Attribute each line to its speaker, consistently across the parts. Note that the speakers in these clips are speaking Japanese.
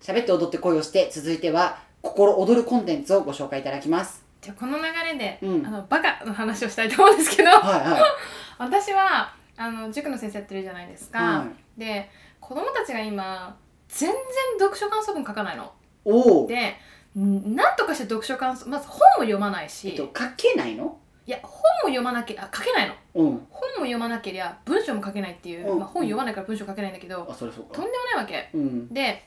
Speaker 1: 喋って踊って恋をして続いては心躍るコンテンツをご紹介いただきます
Speaker 2: じゃあこの流れで、
Speaker 1: うん
Speaker 2: あのバカの話をしたいと思うんですけど
Speaker 1: はいはい
Speaker 2: 私はあの塾の先生やってるじゃないですか、
Speaker 1: はい
Speaker 2: で子供たちが今全然読書感想文書かないの。
Speaker 1: おお、
Speaker 2: でんなんとかして読書感想まず本を読まないし、
Speaker 1: えっと、書けないの
Speaker 2: いや本も読まなきゃあ書けないの
Speaker 1: うん
Speaker 2: 本も読まなけりゃ文章も書けないっていう、
Speaker 1: うん
Speaker 2: まあ、本読まないから文章書けないんだけど、
Speaker 1: あそれそう
Speaker 2: と
Speaker 1: か
Speaker 2: んでもないわけ
Speaker 1: うん
Speaker 2: で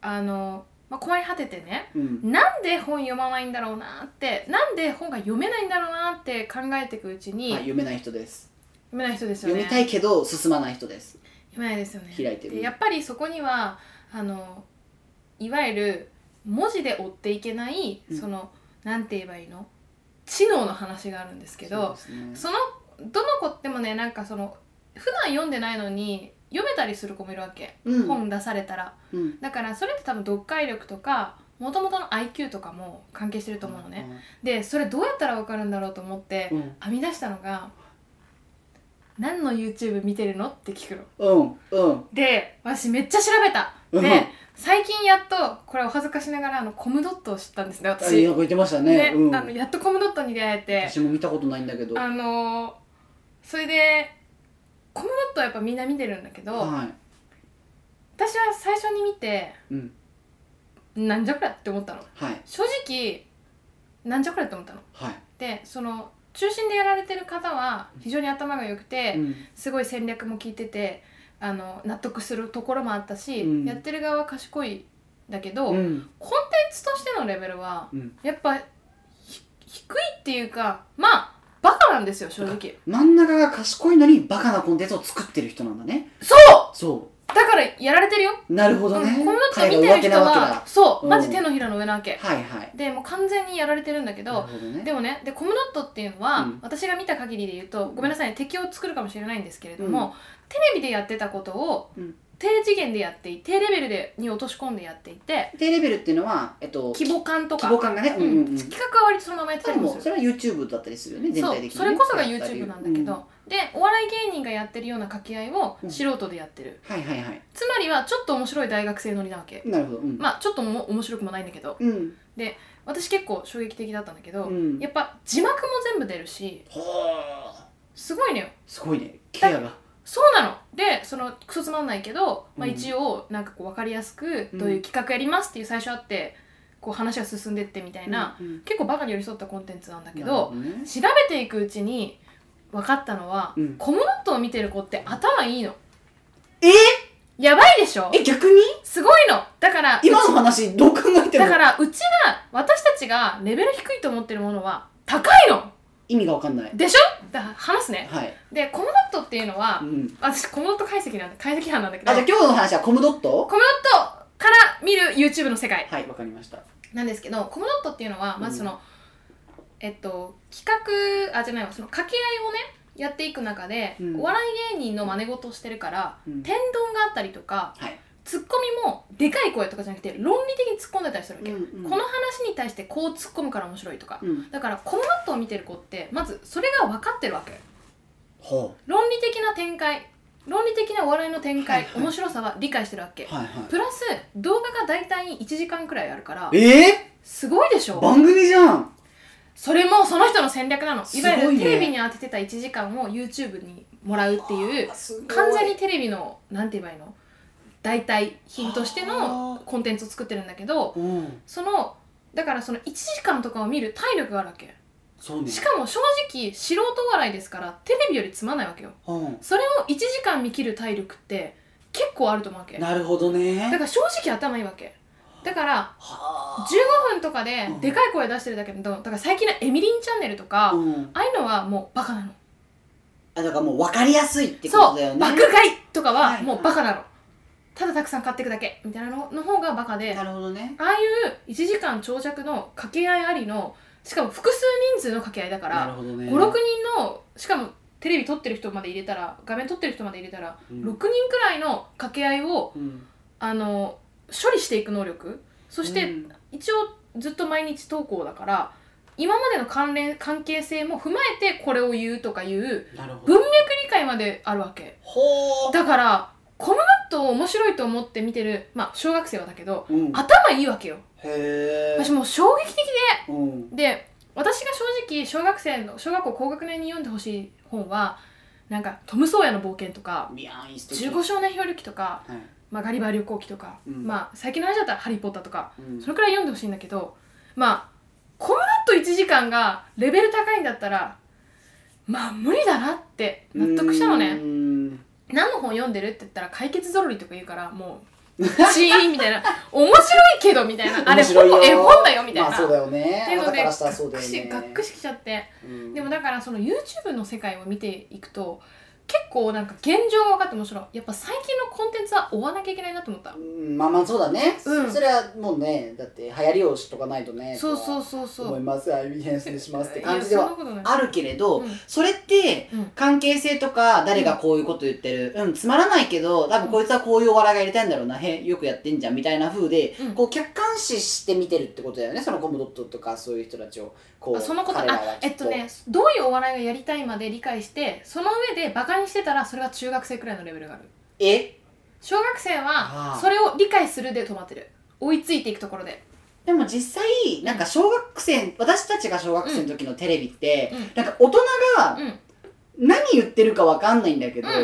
Speaker 2: あの、まあ、困り果ててね
Speaker 1: うん
Speaker 2: なんで本読まないんだろうなってなんで本が読めないんだろうなって考えていくうちに、
Speaker 1: あ読めない人です
Speaker 2: 読めない人ですよ
Speaker 1: 読
Speaker 2: ね
Speaker 1: みたいけど進まない人です
Speaker 2: 読めないですよね
Speaker 1: 開いてる
Speaker 2: でやっぱりそこにはあのいわゆる文字で追っていけない、
Speaker 1: うん
Speaker 2: そのなんて言えばいいの知能の話があるんですけど
Speaker 1: そうですね
Speaker 2: そのどの子ってもねなんかその普段読んでないのに読めたりする子もいるわけ、
Speaker 1: うん
Speaker 2: 本出されたら
Speaker 1: うん
Speaker 2: だからそれって多分読解力とかもともとの IQ とかも関係してると思うのね、でそれどうやったら分かるんだろうと思って
Speaker 1: うん
Speaker 2: 編み出したのが「何の YouTube 見てるの?」って聞くの
Speaker 1: うんうん
Speaker 2: で私めっちゃ調べた
Speaker 1: う
Speaker 2: で、
Speaker 1: ん
Speaker 2: 最近やっとこれお恥ずかしながらあのコムドットを知ったんです
Speaker 1: あ
Speaker 2: ね
Speaker 1: いや
Speaker 2: 私
Speaker 1: これ言ってましたねうん
Speaker 2: あのやっとコムドットに出会えて
Speaker 1: 私も見たことないんだけど
Speaker 2: あのーそれでコムドットはやっぱみんな見てるんだけど、
Speaker 1: は
Speaker 2: 私は最初に見て
Speaker 1: いうん
Speaker 2: なんじゃこりゃって思ったの
Speaker 1: はい
Speaker 2: 正直なんじゃこりゃって思ったの
Speaker 1: はい
Speaker 2: でその中心でやられてる方は非常に頭が良くて、
Speaker 1: うん
Speaker 2: すごい戦略も聞いててあの納得するところもあったし、
Speaker 1: うん
Speaker 2: やってる側は賢いんだけど、
Speaker 1: う
Speaker 2: コンテ
Speaker 1: ん
Speaker 2: ンツとしてのレベルは
Speaker 1: うん
Speaker 2: やっぱひ低いっていうかまあバカなんですよ正直
Speaker 1: 真ん中が賢いのにバカなコンテンツを作ってる人なんだね
Speaker 2: そう
Speaker 1: そ
Speaker 2: だからやられてるよ
Speaker 1: うなるほど
Speaker 2: う
Speaker 1: ね
Speaker 2: ん、この中
Speaker 1: 彼
Speaker 2: 見
Speaker 1: が上
Speaker 2: てる
Speaker 1: 手
Speaker 2: 人
Speaker 1: なわけ
Speaker 2: は
Speaker 1: だ
Speaker 2: そう
Speaker 1: うん
Speaker 2: マジ手のひらの上なわけ、
Speaker 1: はいはい
Speaker 2: でもう完全にやられてるんだけ
Speaker 1: なる
Speaker 2: ど、
Speaker 1: ほどね
Speaker 2: でもねでコムドットっていうのは、
Speaker 1: うん
Speaker 2: 私が見た限りで言うとごめんなさいね敵を作るかもしれないんですけれども、
Speaker 1: う
Speaker 2: テレビでやってたことを、
Speaker 1: うん
Speaker 2: 低次元でやっていて低レベルでに落とし込んでやっていて
Speaker 1: 低レベルっていうのはえっと
Speaker 2: 規模感と
Speaker 1: 規
Speaker 2: か
Speaker 1: 模感がねうんうんうん
Speaker 2: 企画は割とそのままやって
Speaker 1: で
Speaker 2: たりも
Speaker 1: も
Speaker 2: する
Speaker 1: それは YouTube だったりするよね全
Speaker 2: そ
Speaker 1: 体
Speaker 2: う
Speaker 1: 的に
Speaker 2: それこそが YouTube なんだけど、でお笑い芸人がやってるような掛け合いを
Speaker 1: うん
Speaker 2: 素人でやってる、
Speaker 1: はいはいはい
Speaker 2: つまりはちょっと面白い大学生乗りなわけ、
Speaker 1: なるほどうん
Speaker 2: まあちょっとも面白くもないんだけど
Speaker 1: うん
Speaker 2: 私結構衝撃的だったんだけど、
Speaker 1: うん
Speaker 2: やっぱ字幕も全部出るし
Speaker 1: ほー
Speaker 2: すごいのよ
Speaker 1: すごいねケアが
Speaker 2: そうなのでそのクソつまんないけど、まあ、
Speaker 1: うん
Speaker 2: 一応なんかこう分かりやすく
Speaker 1: うん
Speaker 2: どういう企画やりますっていう最初あってこう話が進んでってみたいな、
Speaker 1: うんうん
Speaker 2: 結構バカに寄り添ったコンテンツなんだけ
Speaker 1: なるほ
Speaker 2: ど
Speaker 1: ね
Speaker 2: 調べていくうちに分かったのは、
Speaker 1: うん
Speaker 2: コムドットを見てる子って頭いいの
Speaker 1: え
Speaker 2: やばいでしょ
Speaker 1: え逆に
Speaker 2: すごいのだから
Speaker 1: 今の話どう考えても
Speaker 2: だからうちが私たちがレベル低いと思ってるものは高いの
Speaker 1: 意味がわかんない
Speaker 2: でしょだ話すね
Speaker 1: はい
Speaker 2: でコムドットっていうのは、
Speaker 1: うん
Speaker 2: 私コムドット解析なんで解析班なんだけど
Speaker 1: あじゃあ今日の話はコムドット
Speaker 2: コムドットから見る YouTube の世界
Speaker 1: はいわかりました
Speaker 2: なんですけどコムドットっていうのはまずその、えっと企画あじゃないわその掛け合いをねやっていく中で、
Speaker 1: うん
Speaker 2: お笑い芸人の真似事をしてるから
Speaker 1: うん
Speaker 2: 天丼があったりとか
Speaker 1: はい
Speaker 2: ツッコミもでかい声とかじゃなくて論理的に突っ込んでたりするわけ、
Speaker 1: うんうん
Speaker 2: この話に対してこう突っ込むから面白いとか
Speaker 1: うん
Speaker 2: だからコムドットを見てる子ってまずそれが分かってるわけ
Speaker 1: ほ
Speaker 2: 論理的な展開論理的なお笑いの展
Speaker 1: は
Speaker 2: 開、
Speaker 1: いはい
Speaker 2: 面白さは理解してるわけ、
Speaker 1: うはいは
Speaker 2: プラス動画が大体1時間くらいあるから
Speaker 1: いえ
Speaker 2: すごいでし
Speaker 1: ー
Speaker 2: ょ
Speaker 1: 番組じゃん
Speaker 2: それもその人の戦略なの
Speaker 1: す
Speaker 2: い
Speaker 1: ごい
Speaker 2: わ
Speaker 1: ね
Speaker 2: ゆるテレビに当ててた1時間を YouTube にもらうっていう
Speaker 1: あすごい
Speaker 2: 完全にテレビのなんて言えばいいの代替品として
Speaker 1: あ
Speaker 2: の
Speaker 1: ー
Speaker 2: コンテンツを作ってるんだけど
Speaker 1: うん
Speaker 2: そのだからその1時間とかを見る体力があるわけ
Speaker 1: そうね
Speaker 2: しかも正直素人笑いですからテレビよりつまんないわけよ
Speaker 1: うん
Speaker 2: それを1時間見切る体力って結構あると思うわけだか
Speaker 1: なるほどね
Speaker 2: ら正直頭いいわけだから
Speaker 1: は
Speaker 2: 15分とかで
Speaker 1: うん
Speaker 2: でかい声出してるだけどだから最近のエミリンチャンネルとか、
Speaker 1: あうん
Speaker 2: ああいうのはもうバカなの、
Speaker 1: あだからもう分かりやすいってこと
Speaker 2: そ
Speaker 1: だよ
Speaker 2: う
Speaker 1: ね
Speaker 2: 爆買いとか
Speaker 1: は
Speaker 2: はいもうバカなの、ただたくさん買っていくだけみたいなのの方がバカであ
Speaker 1: なるほどね
Speaker 2: あいう1時間長尺の掛け合いありのしかも複数人数の掛け合いだか
Speaker 1: なる
Speaker 2: ら、
Speaker 1: ほどね
Speaker 2: 56人のしかもテレビ撮ってる人まで入れたら画面撮ってる人まで入れたら、
Speaker 1: うん
Speaker 2: 6人くらいの掛け合いを
Speaker 1: うん
Speaker 2: あの処理していく能力そして、
Speaker 1: うん
Speaker 2: 一応ずっと毎日投稿だから今までの関連関係性も踏まえてこれを言うとかいう
Speaker 1: なるほど
Speaker 2: 文脈理解まであるわけ
Speaker 1: ほー
Speaker 2: だからコムナッットを面白いと思って見てる、まあ、小学生はだけど
Speaker 1: うん、
Speaker 2: 頭いいわけよ
Speaker 1: へえ
Speaker 2: 私もう衝撃的
Speaker 1: うん
Speaker 2: でで私が正直小学生の小学校高学年に読んでほしい本はなんか「トム・ソーヤの冒険」とか
Speaker 1: いやーいい
Speaker 2: 「
Speaker 1: 素敵
Speaker 2: 15少年漂流記」とか
Speaker 1: はい
Speaker 2: 「まあ、ガリバー旅行記」とか、
Speaker 1: うん
Speaker 2: まあ最近の話だったら「ハリー・ポッター」とか
Speaker 1: うん
Speaker 2: それくらい読んでほしいんだけどまあこのあと1時間がレベル高いんだったらまあ無理だなって納得したのね。
Speaker 1: うーん
Speaker 2: 何の本読んでるって言ったら解決ぞろりとか言うからもうチーンみたい な面白いけどみたいなあれ
Speaker 1: 面白
Speaker 2: ほ
Speaker 1: いよ
Speaker 2: ぼ絵本だよみたいな、
Speaker 1: まあそうだよね
Speaker 2: っていうの
Speaker 1: あなた
Speaker 2: で
Speaker 1: からしたらそうだ
Speaker 2: 学
Speaker 1: よ
Speaker 2: 士
Speaker 1: ね
Speaker 2: 学士しちゃって
Speaker 1: うん
Speaker 2: でもだからその YouTube の世界を見ていくと結構なんか現状が分かって面白いやっぱ最近のコンテンツは追わなきゃいけないなと思った、
Speaker 1: うんまあまあそうだね、
Speaker 2: うん
Speaker 1: それはもうねだって流行りをしとかないとね
Speaker 2: そうそう
Speaker 1: う
Speaker 2: そうそう
Speaker 1: 思いますアイビー変身しますって
Speaker 2: いや
Speaker 1: 感じで
Speaker 2: そん
Speaker 1: は
Speaker 2: なことない
Speaker 1: あるけれど、
Speaker 2: うん
Speaker 1: それって
Speaker 2: うん
Speaker 1: 関係性とか誰がこういうこと言ってる、うん、つまらないけど多分こいつはこういうお笑いが入れたいんだろうなへよくやってんじゃんみたいな風で、
Speaker 2: うん
Speaker 1: こう客観視して見てるってことだよねそのコムドットとかそういう人たちをこう
Speaker 2: あそのことあ
Speaker 1: 彼らはき
Speaker 2: えっとねどういうお笑いがやりたいまで理解してその上でバカにしてたらそれは中学生くらいのレベルがある
Speaker 1: え
Speaker 2: 小学生
Speaker 1: あ
Speaker 2: は
Speaker 1: ー
Speaker 2: それを理解するで止まってる追いついていくところで、
Speaker 1: でも実際なんか小学生私たちが小学生の時のテレビって、
Speaker 2: うん、
Speaker 1: なんか大人が
Speaker 2: うん
Speaker 1: 何言ってるかわかんないんだけど、
Speaker 2: うんう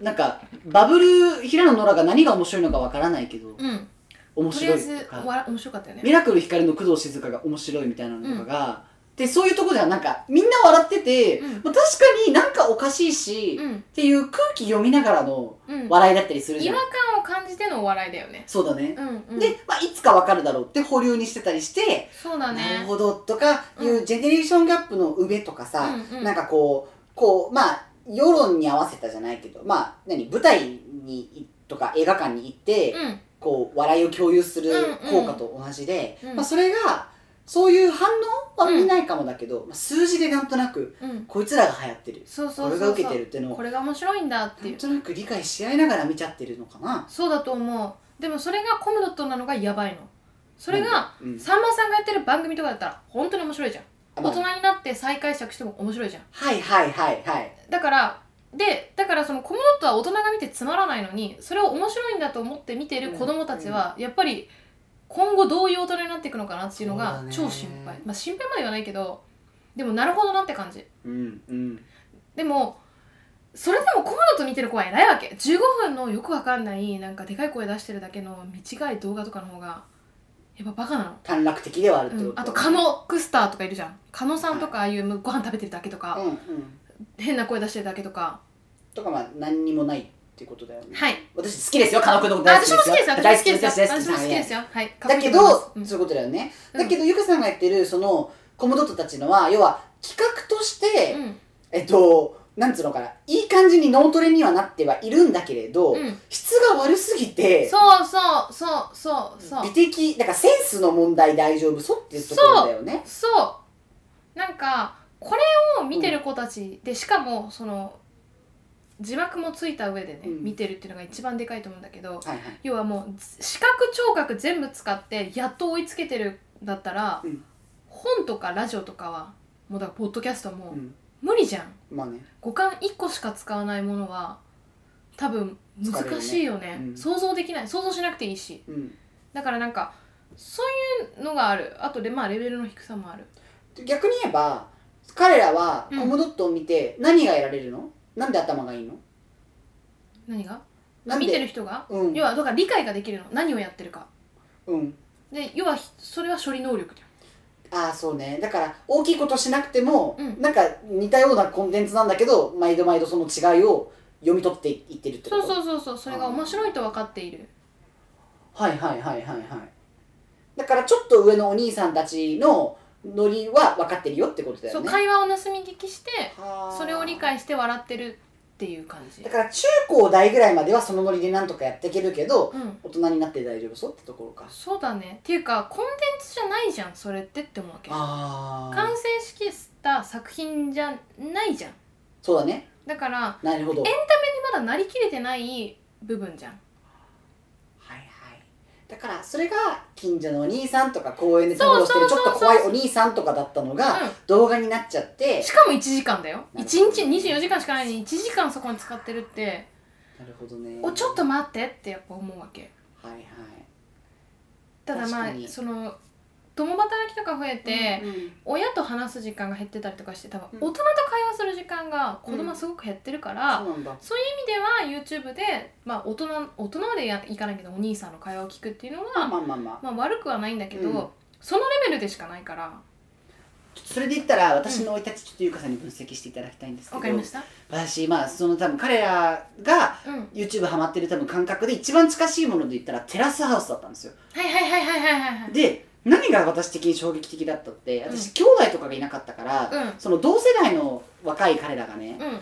Speaker 1: なんかバブル平野ノラが何が面白いのかわからないけど
Speaker 2: んうんうん
Speaker 1: 面
Speaker 2: とり
Speaker 1: 白
Speaker 2: あえ
Speaker 1: い
Speaker 2: ず
Speaker 1: と
Speaker 2: お
Speaker 1: か
Speaker 2: わ面白かったよね
Speaker 1: ミラクル光の工藤静香が面白いみたいなのとかが、でそういうとこではなんかみんな笑ってて、
Speaker 2: うん
Speaker 1: まあ確かになんかおかしいし、っ
Speaker 2: うん
Speaker 1: ていう空気読みながらの
Speaker 2: うん
Speaker 1: 笑いだったりするじ
Speaker 2: 違
Speaker 1: ゃん、
Speaker 2: 和感を感じてのお笑いだよね
Speaker 1: そうだね、
Speaker 2: うんうん
Speaker 1: で、まあ、いつかわかるだろうって保留にしてたりして、
Speaker 2: そう
Speaker 1: な
Speaker 2: だ
Speaker 1: る
Speaker 2: ね
Speaker 1: ほどとかいうジェネレーションギャップの上とかさ、
Speaker 2: うんうん
Speaker 1: なんかこう、こう、まあ、世論に合わせたじゃないけど、まあ、何、舞台にとか映画館に行って、
Speaker 2: うん
Speaker 1: こう、笑いを共有する
Speaker 2: うんうん
Speaker 1: 効果と同じで、
Speaker 2: うん
Speaker 1: まあ、それが、そういう反応は見ないかもだけど、まあ、数字でなんとなく、
Speaker 2: うん
Speaker 1: こいつらが流行ってる、
Speaker 2: そうそ
Speaker 1: こ
Speaker 2: う
Speaker 1: れ
Speaker 2: そう
Speaker 1: が
Speaker 2: そう
Speaker 1: 受けてるっていうのを
Speaker 2: こ、れが面白いんだって
Speaker 1: ないん
Speaker 2: う
Speaker 1: となく理解し合いながら見ちゃってるのかな。
Speaker 2: そうだと思うでもそれがコムドットなのがやばいのそれが、
Speaker 1: うん、
Speaker 2: さんまさんがやってる番組とかだったら本当に面白いじゃん
Speaker 1: あま
Speaker 2: 大
Speaker 1: あ
Speaker 2: 人になって再解釈しても面白いじゃん
Speaker 1: はいはいはいはい。
Speaker 2: だからでだからそのコムドットは大人が見てつまらないのにそれを面白いんだと思って見ている子供たちはやっぱり今後どういう大人になっていくのかなっていうの
Speaker 1: そうだ
Speaker 2: が
Speaker 1: ね
Speaker 2: 超心配、まあ心配まではないけどでもなるほどなって感じ
Speaker 1: うん、うん。
Speaker 2: でもそれでもコムドット見てる子は偉いわけ15分のよくわかんないなんかでかい声出してるだけの短い動画とかの方がやっぱバカなの
Speaker 1: 短絡的ではあるって
Speaker 2: う
Speaker 1: こ
Speaker 2: ん
Speaker 1: と、
Speaker 2: あと狩野クスターとかいるじゃん狩野さんとかああいうご飯食べてるだけとか、
Speaker 1: うんうん
Speaker 2: 変な声出してるだけとか
Speaker 1: とかまあ何にもないってことだよね、
Speaker 2: はい
Speaker 1: 私好きですよ狩野君のこと
Speaker 2: あ
Speaker 1: 大好き
Speaker 2: 私も好きですよ私も好きですよ
Speaker 1: 大
Speaker 2: 私も好きです
Speaker 1: よ
Speaker 2: よはい
Speaker 1: だけ
Speaker 2: かっ
Speaker 1: ど
Speaker 2: こいいと
Speaker 1: そういうことだよね、
Speaker 2: 思いますうん
Speaker 1: だけどゆかさんがやってるそのコムドットたちのは要は企画として、
Speaker 2: うん
Speaker 1: えっとなんつうのかないい感じに脳トレにはなってはいるんだけれど、
Speaker 2: うんうん
Speaker 1: 質が悪すぎて
Speaker 2: そうそうそうそうそ
Speaker 1: 美
Speaker 2: う
Speaker 1: 的だからセンスの問題大丈夫そうっていうところだよね
Speaker 2: そうなんかこれを見てる子たちでしかもその字幕もついた上でね
Speaker 1: うん
Speaker 2: 見てるっていうのが一番でかいと思うんだけど
Speaker 1: はいはい
Speaker 2: 要はもう視覚聴覚全部使ってやっと追いつけてるんだったら
Speaker 1: うん
Speaker 2: 本とかラジオとかはもうだからポッドキャスト
Speaker 1: う
Speaker 2: も
Speaker 1: ん
Speaker 2: 無理じゃん
Speaker 1: まあね
Speaker 2: 五感1個しか使わないものは多分難しいよね
Speaker 1: 疲れるねうん
Speaker 2: 想像できない想像しなくていいし
Speaker 1: うん
Speaker 2: だからなんかそういうのがあるあとでまあレベルの低さもある
Speaker 1: 逆に言えば彼らは
Speaker 2: うん
Speaker 1: コムドットを見て何が得られるの、なんで頭がいいの
Speaker 2: 何が
Speaker 1: なんで
Speaker 2: 見てる人が、
Speaker 1: うん
Speaker 2: 要はだから理解ができるの何をやってるか
Speaker 1: うん
Speaker 2: で要はひそれは処理能力じ
Speaker 1: ああそうねだから大きいことしなくても、
Speaker 2: うん
Speaker 1: なんか似たようなコンテンツなんだけど毎度毎度その違いを読み取っていってるって
Speaker 2: ゃ
Speaker 1: こ
Speaker 2: ん
Speaker 1: と
Speaker 2: そうそうそうそうそれが面白いと分かっている
Speaker 1: はいはいはいはいはいだからちょっと上のお兄さんたちのノリは分かってるよってことだ
Speaker 2: そ
Speaker 1: よ
Speaker 2: う
Speaker 1: ね
Speaker 2: 会話を盗み聞きして
Speaker 1: はー
Speaker 2: それを理解して笑ってるっていう感じ
Speaker 1: だから中高大ぐらいまではそのノリでなんとかやっていけるけど
Speaker 2: うん
Speaker 1: 大人になって大丈夫そうってところか
Speaker 2: そうだねっていうかコンテンツじゃないじゃんそれってって思うわけ
Speaker 1: あ
Speaker 2: 完
Speaker 1: あ
Speaker 2: 成しきった作品じゃないじゃん
Speaker 1: そうだね
Speaker 2: だから
Speaker 1: なるほど。
Speaker 2: エ
Speaker 1: は
Speaker 2: ン
Speaker 1: い
Speaker 2: まだなりきれてない部分じゃん
Speaker 1: はい。だからそれが近所のお兄さんとか公園でタブロしてるち
Speaker 2: そ
Speaker 1: ょっ
Speaker 2: うそう
Speaker 1: と
Speaker 2: そうそう
Speaker 1: 怖いお兄さんとかだったのが
Speaker 2: うん
Speaker 1: 動画になっちゃって
Speaker 2: しかも1時間だよ
Speaker 1: な
Speaker 2: 1
Speaker 1: るほど
Speaker 2: 日24時間しかないのに1時間そこに使ってるって
Speaker 1: なるほどね
Speaker 2: おちょっと待ってってやっぱ思うわけ
Speaker 1: はいはい
Speaker 2: ただま
Speaker 1: 確
Speaker 2: あ
Speaker 1: かに
Speaker 2: その共働きとか増えて、
Speaker 1: うんうん
Speaker 2: 親と話す時間が減ってたりとかして多分
Speaker 1: うん
Speaker 2: 大人と会話する時間が子供はすごく減ってるから、
Speaker 1: そうなんだ
Speaker 2: そういう意味では YouTube で、まあ、大人大人までやいかないけどお兄さんの会話を聞くっていうのは、
Speaker 1: まあまあまあ
Speaker 2: まあ、悪くはないんだけど、
Speaker 1: うん
Speaker 2: そのレベルでしかないから
Speaker 1: それで言ったら私の生い立ちちょっと優香さんに分析していただきたいんですけ
Speaker 2: わ
Speaker 1: ど
Speaker 2: かりました、
Speaker 1: 私まあその多分彼らが
Speaker 2: うん、はい
Speaker 1: YouTube ハマってる多分感覚で一番近しいもので言ったらテラスハウスだったんですよ
Speaker 2: はいはいはいはいはいはい
Speaker 1: で何が私的に衝撃的だったって
Speaker 2: うん
Speaker 1: 私兄弟とかがいなかったから、
Speaker 2: う
Speaker 1: その同世代の若い彼らがね
Speaker 2: んうん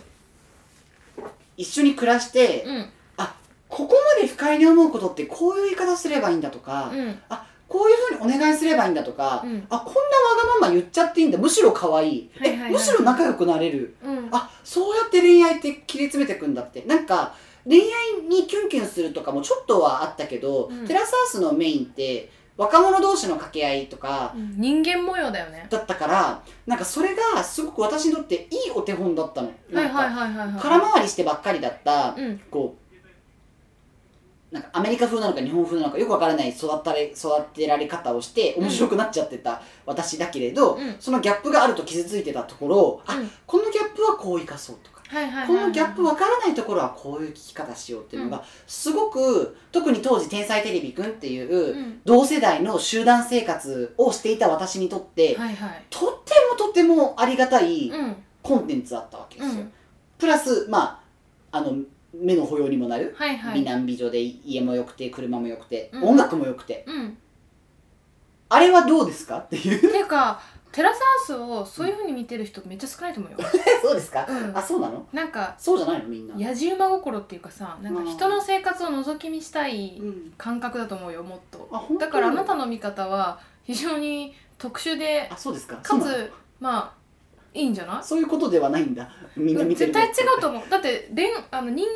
Speaker 1: 一緒に暮らして、
Speaker 2: うん
Speaker 1: ここまで不快に思うことってこういう言い方すればいいんだとか、
Speaker 2: うん
Speaker 1: こういうふうにお願いすればいいんだとか、
Speaker 2: うん
Speaker 1: あこんなわがまま言っちゃっていいんだむしろ可愛い、
Speaker 2: はいはいはい
Speaker 1: えむしろ仲良くなれる
Speaker 2: うん
Speaker 1: あそうやって恋愛って切り詰めてくんだってなんか恋愛にキュンキュンするとかもちょっとはあったけど、
Speaker 2: うん
Speaker 1: テラスハウスのメインって若者同士の掛け合いとか
Speaker 2: うん人間模様だよね
Speaker 1: だったからなんかそれがすごく私にとっていいお手本だったの。
Speaker 2: は
Speaker 1: ないん
Speaker 2: はい
Speaker 1: か
Speaker 2: はいはいはい
Speaker 1: 空回りしてばっかりだった、
Speaker 2: うん
Speaker 1: こうなんかアメリカ風なのか日本風なのかよくわからない育たれ育てられ方をして面白くなっちゃってた私だけれど、
Speaker 2: うん
Speaker 1: そのギャップがあると傷ついてたところ、あ
Speaker 2: うん
Speaker 1: このギャップはこう生かそうとか
Speaker 2: はいはいはいはい
Speaker 1: このギャップわからないところはこういう聞き方しようっていうのがすごく特に当時「天才テレビくん」って
Speaker 2: う
Speaker 1: いうん同世代の集団生活をしていた私にとって
Speaker 2: はいはい
Speaker 1: とってもとってもありがたい
Speaker 2: うん
Speaker 1: コンテンツだったわけで
Speaker 2: う
Speaker 1: すよ
Speaker 2: ん。
Speaker 1: プラスまああの目の保養にもなる
Speaker 2: はいは
Speaker 1: 美
Speaker 2: い
Speaker 1: 男美女で家も良くて車も良くて
Speaker 2: うん
Speaker 1: 音楽も良くて
Speaker 2: うん
Speaker 1: あれはどうですかって いう
Speaker 2: ていうかテラスハウスをそういう風に見てる人めっちゃ少ないと思うよ、
Speaker 1: そうですか
Speaker 2: うん
Speaker 1: あそうなの
Speaker 2: なんか
Speaker 1: そうじゃないのみんな
Speaker 2: やじ馬心っていうかさなんか人の生活を覗き見したい
Speaker 1: うん
Speaker 2: 感覚だと思うよもっと
Speaker 1: あ本当
Speaker 2: だからあなたの見方は非常に特殊で
Speaker 1: あそうですかそ
Speaker 2: か
Speaker 1: うなの
Speaker 2: つまあいいんじゃない
Speaker 1: そういうことではないんだみんな見て
Speaker 2: 絶
Speaker 1: る
Speaker 2: 対違うと思うだって恋あの人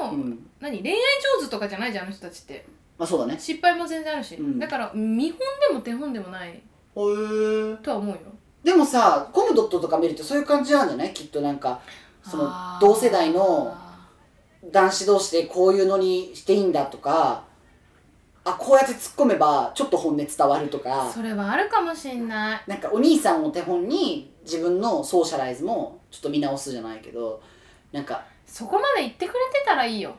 Speaker 2: 間の、
Speaker 1: うん
Speaker 2: 何恋愛上手とかじゃないじゃんあの人たちって
Speaker 1: まあそうだね
Speaker 2: 失敗も全然あるし、
Speaker 1: うん
Speaker 2: だから見本でも手本でもない
Speaker 1: へー
Speaker 2: とは思うよ
Speaker 1: でもさコムドットとか見るとそういう感じなんじゃないきっとなんかその
Speaker 2: あー
Speaker 1: 同世代の男子同士でこういうのにしていいんだとかあこうやって突っ込めばちょっと本音伝わるとか
Speaker 2: それはあるかもしんない
Speaker 1: なんかお兄さんを手本に自分のソーシャライズもちょっと見直すじゃないけどなんか
Speaker 2: そこまで言ってくれてたらいいよ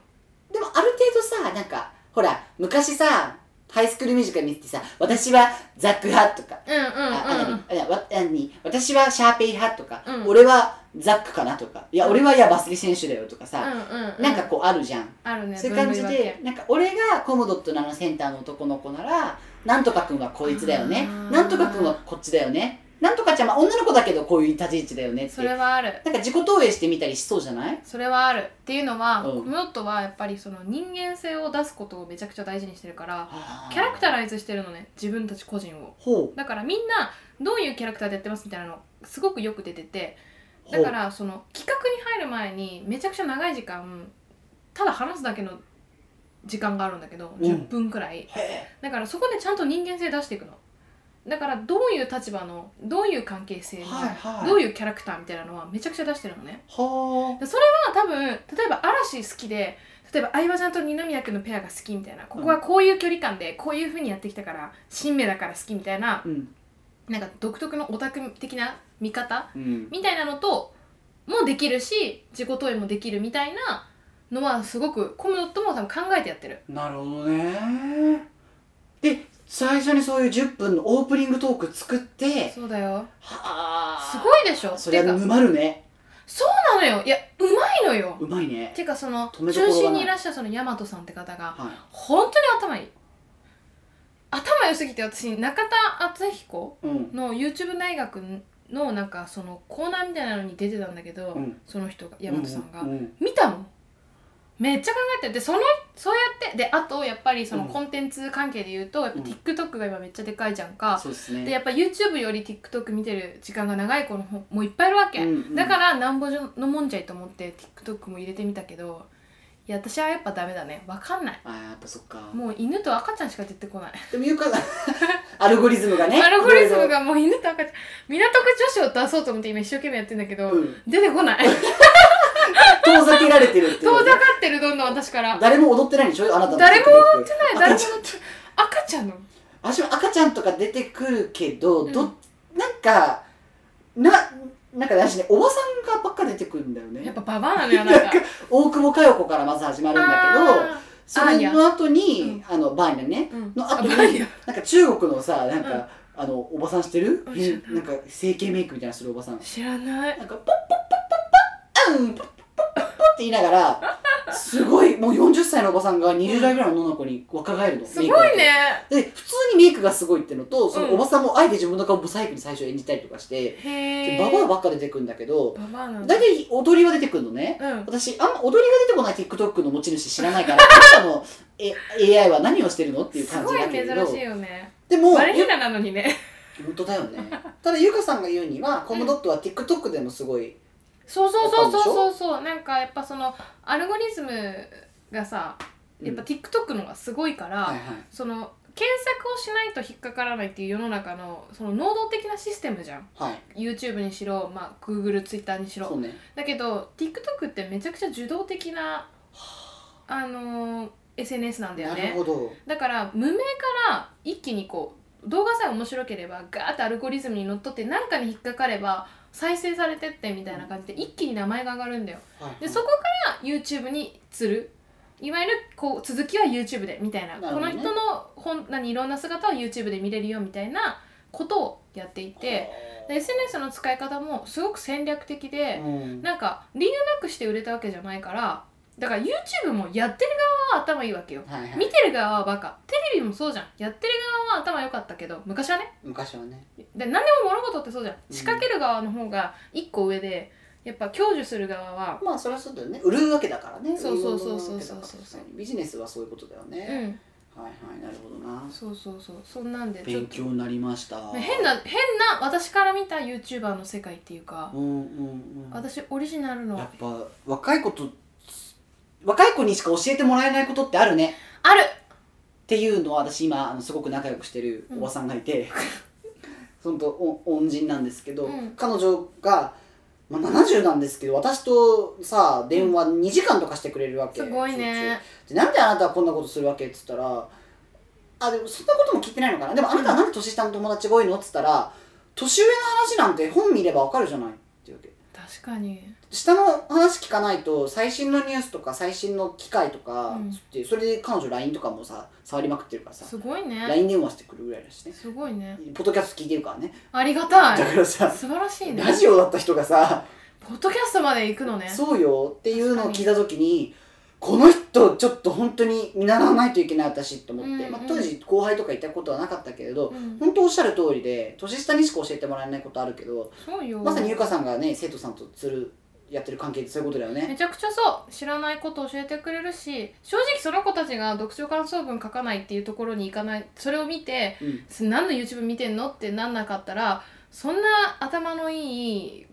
Speaker 1: でもある程度さなんかほら昔さハイスクールミュージカル見ててさ「私はザク派」とか
Speaker 2: うんうん
Speaker 1: あ
Speaker 2: うん
Speaker 1: あいやわあに私はシャーペイ派とか、
Speaker 2: うん
Speaker 1: 俺はザックかなとかいや俺はいやバスケ選手だよとかさ、
Speaker 2: うんうん
Speaker 1: なんかこうあるじゃん、
Speaker 2: あるね
Speaker 1: そういう感じ
Speaker 2: 分類分
Speaker 1: でなんか俺がコムドットのセンターの男の子ならなんとかくんはこいつだよね
Speaker 2: あー
Speaker 1: なんとかくんはこっちだよねなんとかちゃんは女の子だけどこういう立ち位置だよね
Speaker 2: け
Speaker 1: って
Speaker 2: そ
Speaker 1: な
Speaker 2: れ
Speaker 1: ん
Speaker 2: はある
Speaker 1: か自己投影してみたりしそうじゃない
Speaker 2: それはあるっていうのは、
Speaker 1: うん
Speaker 2: コムドットはやっぱりその人間性を出すことをめちゃくちゃ大事にしてるからキャラクタ
Speaker 1: ー
Speaker 2: ライズしてるのね自分たち個人を
Speaker 1: ほう
Speaker 2: だからみんなどういうキャラクターでやってますみたいなのすごくよく出てて
Speaker 1: ほ
Speaker 2: だ
Speaker 1: う
Speaker 2: からその企画に入る前にめちゃくちゃ長い時間ただ話すだけの時間があるんだけど、
Speaker 1: うん
Speaker 2: 10分くらい
Speaker 1: へえ
Speaker 2: だからそこでちゃんと人間性出していくのだからどういう立場のどういう関係性の、
Speaker 1: はいはい
Speaker 2: どう
Speaker 1: いう
Speaker 2: いうキャラクターみたいなのはめちゃくちゃ出してるのね
Speaker 1: は
Speaker 2: でそれは多分例えば嵐好きで例えば相葉ちゃんと二宮君のペアが好きみたいなここはこういう距離感でこういうふうにやってきたから新芽だから好きみたいな
Speaker 1: あうん
Speaker 2: なんか独特のオタク的な見方
Speaker 1: うん
Speaker 2: みたいなのともできるし自己投影もできるみたいなのはすごくコムドットも多分考えてやってる
Speaker 1: なるほどねで最初にそういう10分のオープニングトーク作って
Speaker 2: そうだよ
Speaker 1: はあ
Speaker 2: すごいでしょ
Speaker 1: そ
Speaker 2: て
Speaker 1: りゃ
Speaker 2: いうか
Speaker 1: 沼るね
Speaker 2: そうなのよいやうまいのよ
Speaker 1: うまいね
Speaker 2: ていうかその
Speaker 1: 止め
Speaker 2: 中
Speaker 1: どころがない
Speaker 2: 心にいらっしゃるその大和さんって方が
Speaker 1: はい
Speaker 2: 本当に頭いい頭良すぎて私中田敦彦
Speaker 1: うん
Speaker 2: の YouTube 大学のなんかそのコーナーみたいなのに出てたんだけど、
Speaker 1: うん
Speaker 2: その人が大和さんが、
Speaker 1: ううん
Speaker 2: 見たもんめっちゃ考えてでそのそうやってであとやっぱりその
Speaker 1: うん
Speaker 2: コンテンツ関係で言うと、やっぱ
Speaker 1: うん
Speaker 2: TikTok が今めっちゃでかいじゃんか、
Speaker 1: そうですね
Speaker 2: でやっぱ YouTube より TikTok 見てる時間が長い子の方もいっぱいいるわけ、
Speaker 1: うんうん
Speaker 2: だからなんぼのもんじゃいと思って TikTok も入れてみたけどいや私はやっぱダメだねわかんない
Speaker 1: あーやっぱそっか
Speaker 2: もう犬と赤ちゃんしか出てこない
Speaker 1: でもゆうか アルゴリズムがね
Speaker 2: アルゴリズム
Speaker 1: いろ
Speaker 2: がもう犬と赤ちゃん港区女子を出そうと思って今一生懸命やってんだけど、
Speaker 1: いろうん
Speaker 2: 出てこない
Speaker 1: 遠ざけられてるっていう
Speaker 2: 遠
Speaker 1: ね、
Speaker 2: ざかってるどんどん私から
Speaker 1: 誰も踊ってないんでしょあなたの
Speaker 2: 誰も
Speaker 1: 踊って
Speaker 2: ない誰も踊って赤ちゃんの
Speaker 1: 私も赤ちゃんとか出てくるけど、
Speaker 2: うん
Speaker 1: どなんかななんかね私ねおばさんがばっか出てくるんだよね
Speaker 2: やっぱババアなのよあなた
Speaker 1: 大久保佳代子からまず始まるんだけど
Speaker 2: あ
Speaker 1: それの後に
Speaker 2: バーニ
Speaker 1: あのバーニャね
Speaker 2: ーうん
Speaker 1: の後
Speaker 2: あ
Speaker 1: に
Speaker 2: バーニャ
Speaker 1: なんか中国のさなん
Speaker 2: うん
Speaker 1: か、あのおばさんしてる、
Speaker 2: うん知らない
Speaker 1: なんか整形メイクみたいなのするおばさん
Speaker 2: 知らない
Speaker 1: なんかポッポッポッポッポッうんポッポッポッポッポッって言いながらすごいもう40歳のおばさんが20代ぐらいの女の子に若返るの
Speaker 2: すごいね
Speaker 1: で普通にメイクがすごいってのとその
Speaker 2: うん
Speaker 1: おばさんもあえて自分の顔をブサイクに最初演じたりとかして、
Speaker 2: へ
Speaker 1: で
Speaker 2: え
Speaker 1: ババアばっか出てくるんだけど
Speaker 2: ババアなん
Speaker 1: 大体踊りは出てくるのね
Speaker 2: うん
Speaker 1: 私あんま踊りが出てこない TikTok の持ち主知らないからあなたのえ AI は何をしてるのっていう
Speaker 2: す
Speaker 1: 感
Speaker 2: ご
Speaker 1: じ
Speaker 2: い
Speaker 1: だけ
Speaker 2: 珍
Speaker 1: ど
Speaker 2: しいよね
Speaker 1: でも
Speaker 2: バレ
Speaker 1: ゆ
Speaker 2: ヒナなのに ね
Speaker 1: 本当だよねただゆかさんが言うにはコムドットは TikTok でもすごい
Speaker 2: そうそうそうそうそうそうなんかやっぱそのアルゴリズムがさやっぱ TikTok のがすごいから、
Speaker 1: はいはい
Speaker 2: その検索をしないと引っかからないっていう世の中のその能動的なシステムじゃん
Speaker 1: はい
Speaker 2: YouTube にしろ、まあ、GoogleTwitter にし
Speaker 1: そ
Speaker 2: ろ
Speaker 1: うね
Speaker 2: だけど TikTok ってめちゃくちゃ受動的なあのー SNS なんだよ
Speaker 1: なる
Speaker 2: ね
Speaker 1: ほど
Speaker 2: だから無名から一気にこう動画さえ面白ければガーッてアルゴリズムにのっとって何かに引っかかれば再生されてってみたいな感じで一気に名前が上がるんだよ
Speaker 1: はい
Speaker 2: でそこから YouTube に釣るいわゆるこう続きは YouTube でみたいな
Speaker 1: なるほ
Speaker 2: こ
Speaker 1: ど
Speaker 2: の
Speaker 1: ね
Speaker 2: 人の本何いろんな姿を YouTube で見れるよみたいなことをやっていてで SNS の使い方もすごく戦略的で
Speaker 1: うん
Speaker 2: なんか理由なくして売れたわけじゃないからだから YouTube もやってる側は頭いいわけよ
Speaker 1: はいは
Speaker 2: 見
Speaker 1: い
Speaker 2: てる側はバカテレビもそうじゃんやってる側は頭良かったけど昔はね
Speaker 1: 昔はね
Speaker 2: で何でも物事ってそうじゃん仕掛ける側の方が一個上でやっぱ享受する側は
Speaker 1: まあそれはそうだよね売るわけだからね
Speaker 2: そうそうそう
Speaker 1: 売るものなわけだから
Speaker 2: そうそうそうそう
Speaker 1: ビジネスはそういうことだよ
Speaker 2: う
Speaker 1: ね、
Speaker 2: ん
Speaker 1: はいはいなるほどな
Speaker 2: そうそうそうそんなんでちょっ
Speaker 1: 勉
Speaker 2: と
Speaker 1: 強になりました
Speaker 2: ね変な変な私から見た YouTuber の世界っていうか
Speaker 1: うんうんうん
Speaker 2: 私オリジナルの
Speaker 1: やっぱ若い子と若い子にしか教えてもらえないことってあるね
Speaker 2: ある
Speaker 1: っていうのは私今あのすごく仲良くしてるおばさんがいて、 そのとお恩人なんですけど、
Speaker 2: うん
Speaker 1: 彼女が、まあ、70なんですけど私とさ電話2時間とかしてくれるわけ
Speaker 2: すごい
Speaker 1: しょっちゅう
Speaker 2: ね
Speaker 1: でなんであなたはこんなことするわけっつったらあでもそんなことも聞いてないのかなでもあなたはなんで年下の友達が多いのっつったら年上の話なんて本見ればわかるじゃないって言うわけ
Speaker 2: 確かに
Speaker 1: 下の話聞かないと最新のニュースとか最新の機械とか
Speaker 2: うん
Speaker 1: つって、それで彼女 LINE とかもさ触りまくってるからさ
Speaker 2: すごいね
Speaker 1: LINE 電話してくるぐらいだしね
Speaker 2: すごいね
Speaker 1: ポッドキャスト聞いてるからね
Speaker 2: ありが
Speaker 1: だ
Speaker 2: たい
Speaker 1: からさ
Speaker 2: 素晴らしいね
Speaker 1: ラジオだった人がさ
Speaker 2: ポッドキャストまで行くのね
Speaker 1: そうよっていうのを聞いた時にこの人ちょっと本当に見習わないといけない私って思って、
Speaker 2: うんうん
Speaker 1: まあ、当時後輩とかいたことはなかったけれど
Speaker 2: うん
Speaker 1: 本当おっしゃる通りで年下にしか教えてもらえないことあるけど
Speaker 2: そうよ
Speaker 1: まさにゆかさんがね生徒さんとつるやってる関係ってそういうことだよね
Speaker 2: めちゃくちゃそう知らないこと教えてくれるし正直その子たちが読書感想文書かないっていうところに行かないそれを見て
Speaker 1: うん
Speaker 2: す何の YouTube 見てんのってなんなかったらそんな頭のいい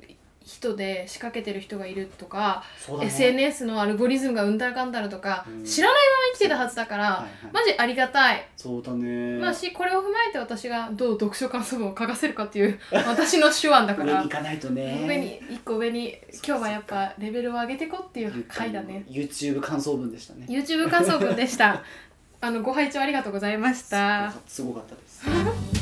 Speaker 2: 人で仕掛けてる人がいるとか、
Speaker 1: そうだね
Speaker 2: SNS のアルゴリズムがうんたらかんたらとか、
Speaker 1: うん
Speaker 2: 知らないまま生きてたはずだから、
Speaker 1: はいはい
Speaker 2: マジありがたい、
Speaker 1: そうだね
Speaker 2: まあしこれを踏まえて私がどう読書感想文を書かせるかっ ていう私の手腕だか
Speaker 1: 上に
Speaker 2: ら
Speaker 1: 行。かないと
Speaker 2: 上
Speaker 1: ね
Speaker 2: に一個上に今日はやっぱレベルを上げてこってい
Speaker 1: ゆ
Speaker 2: う
Speaker 1: か
Speaker 2: 回
Speaker 1: の
Speaker 2: だね
Speaker 1: YouTube 感想文でしたね
Speaker 2: YouTube 感想文でしたあのご拝聴ありがとうございました
Speaker 1: すごかったです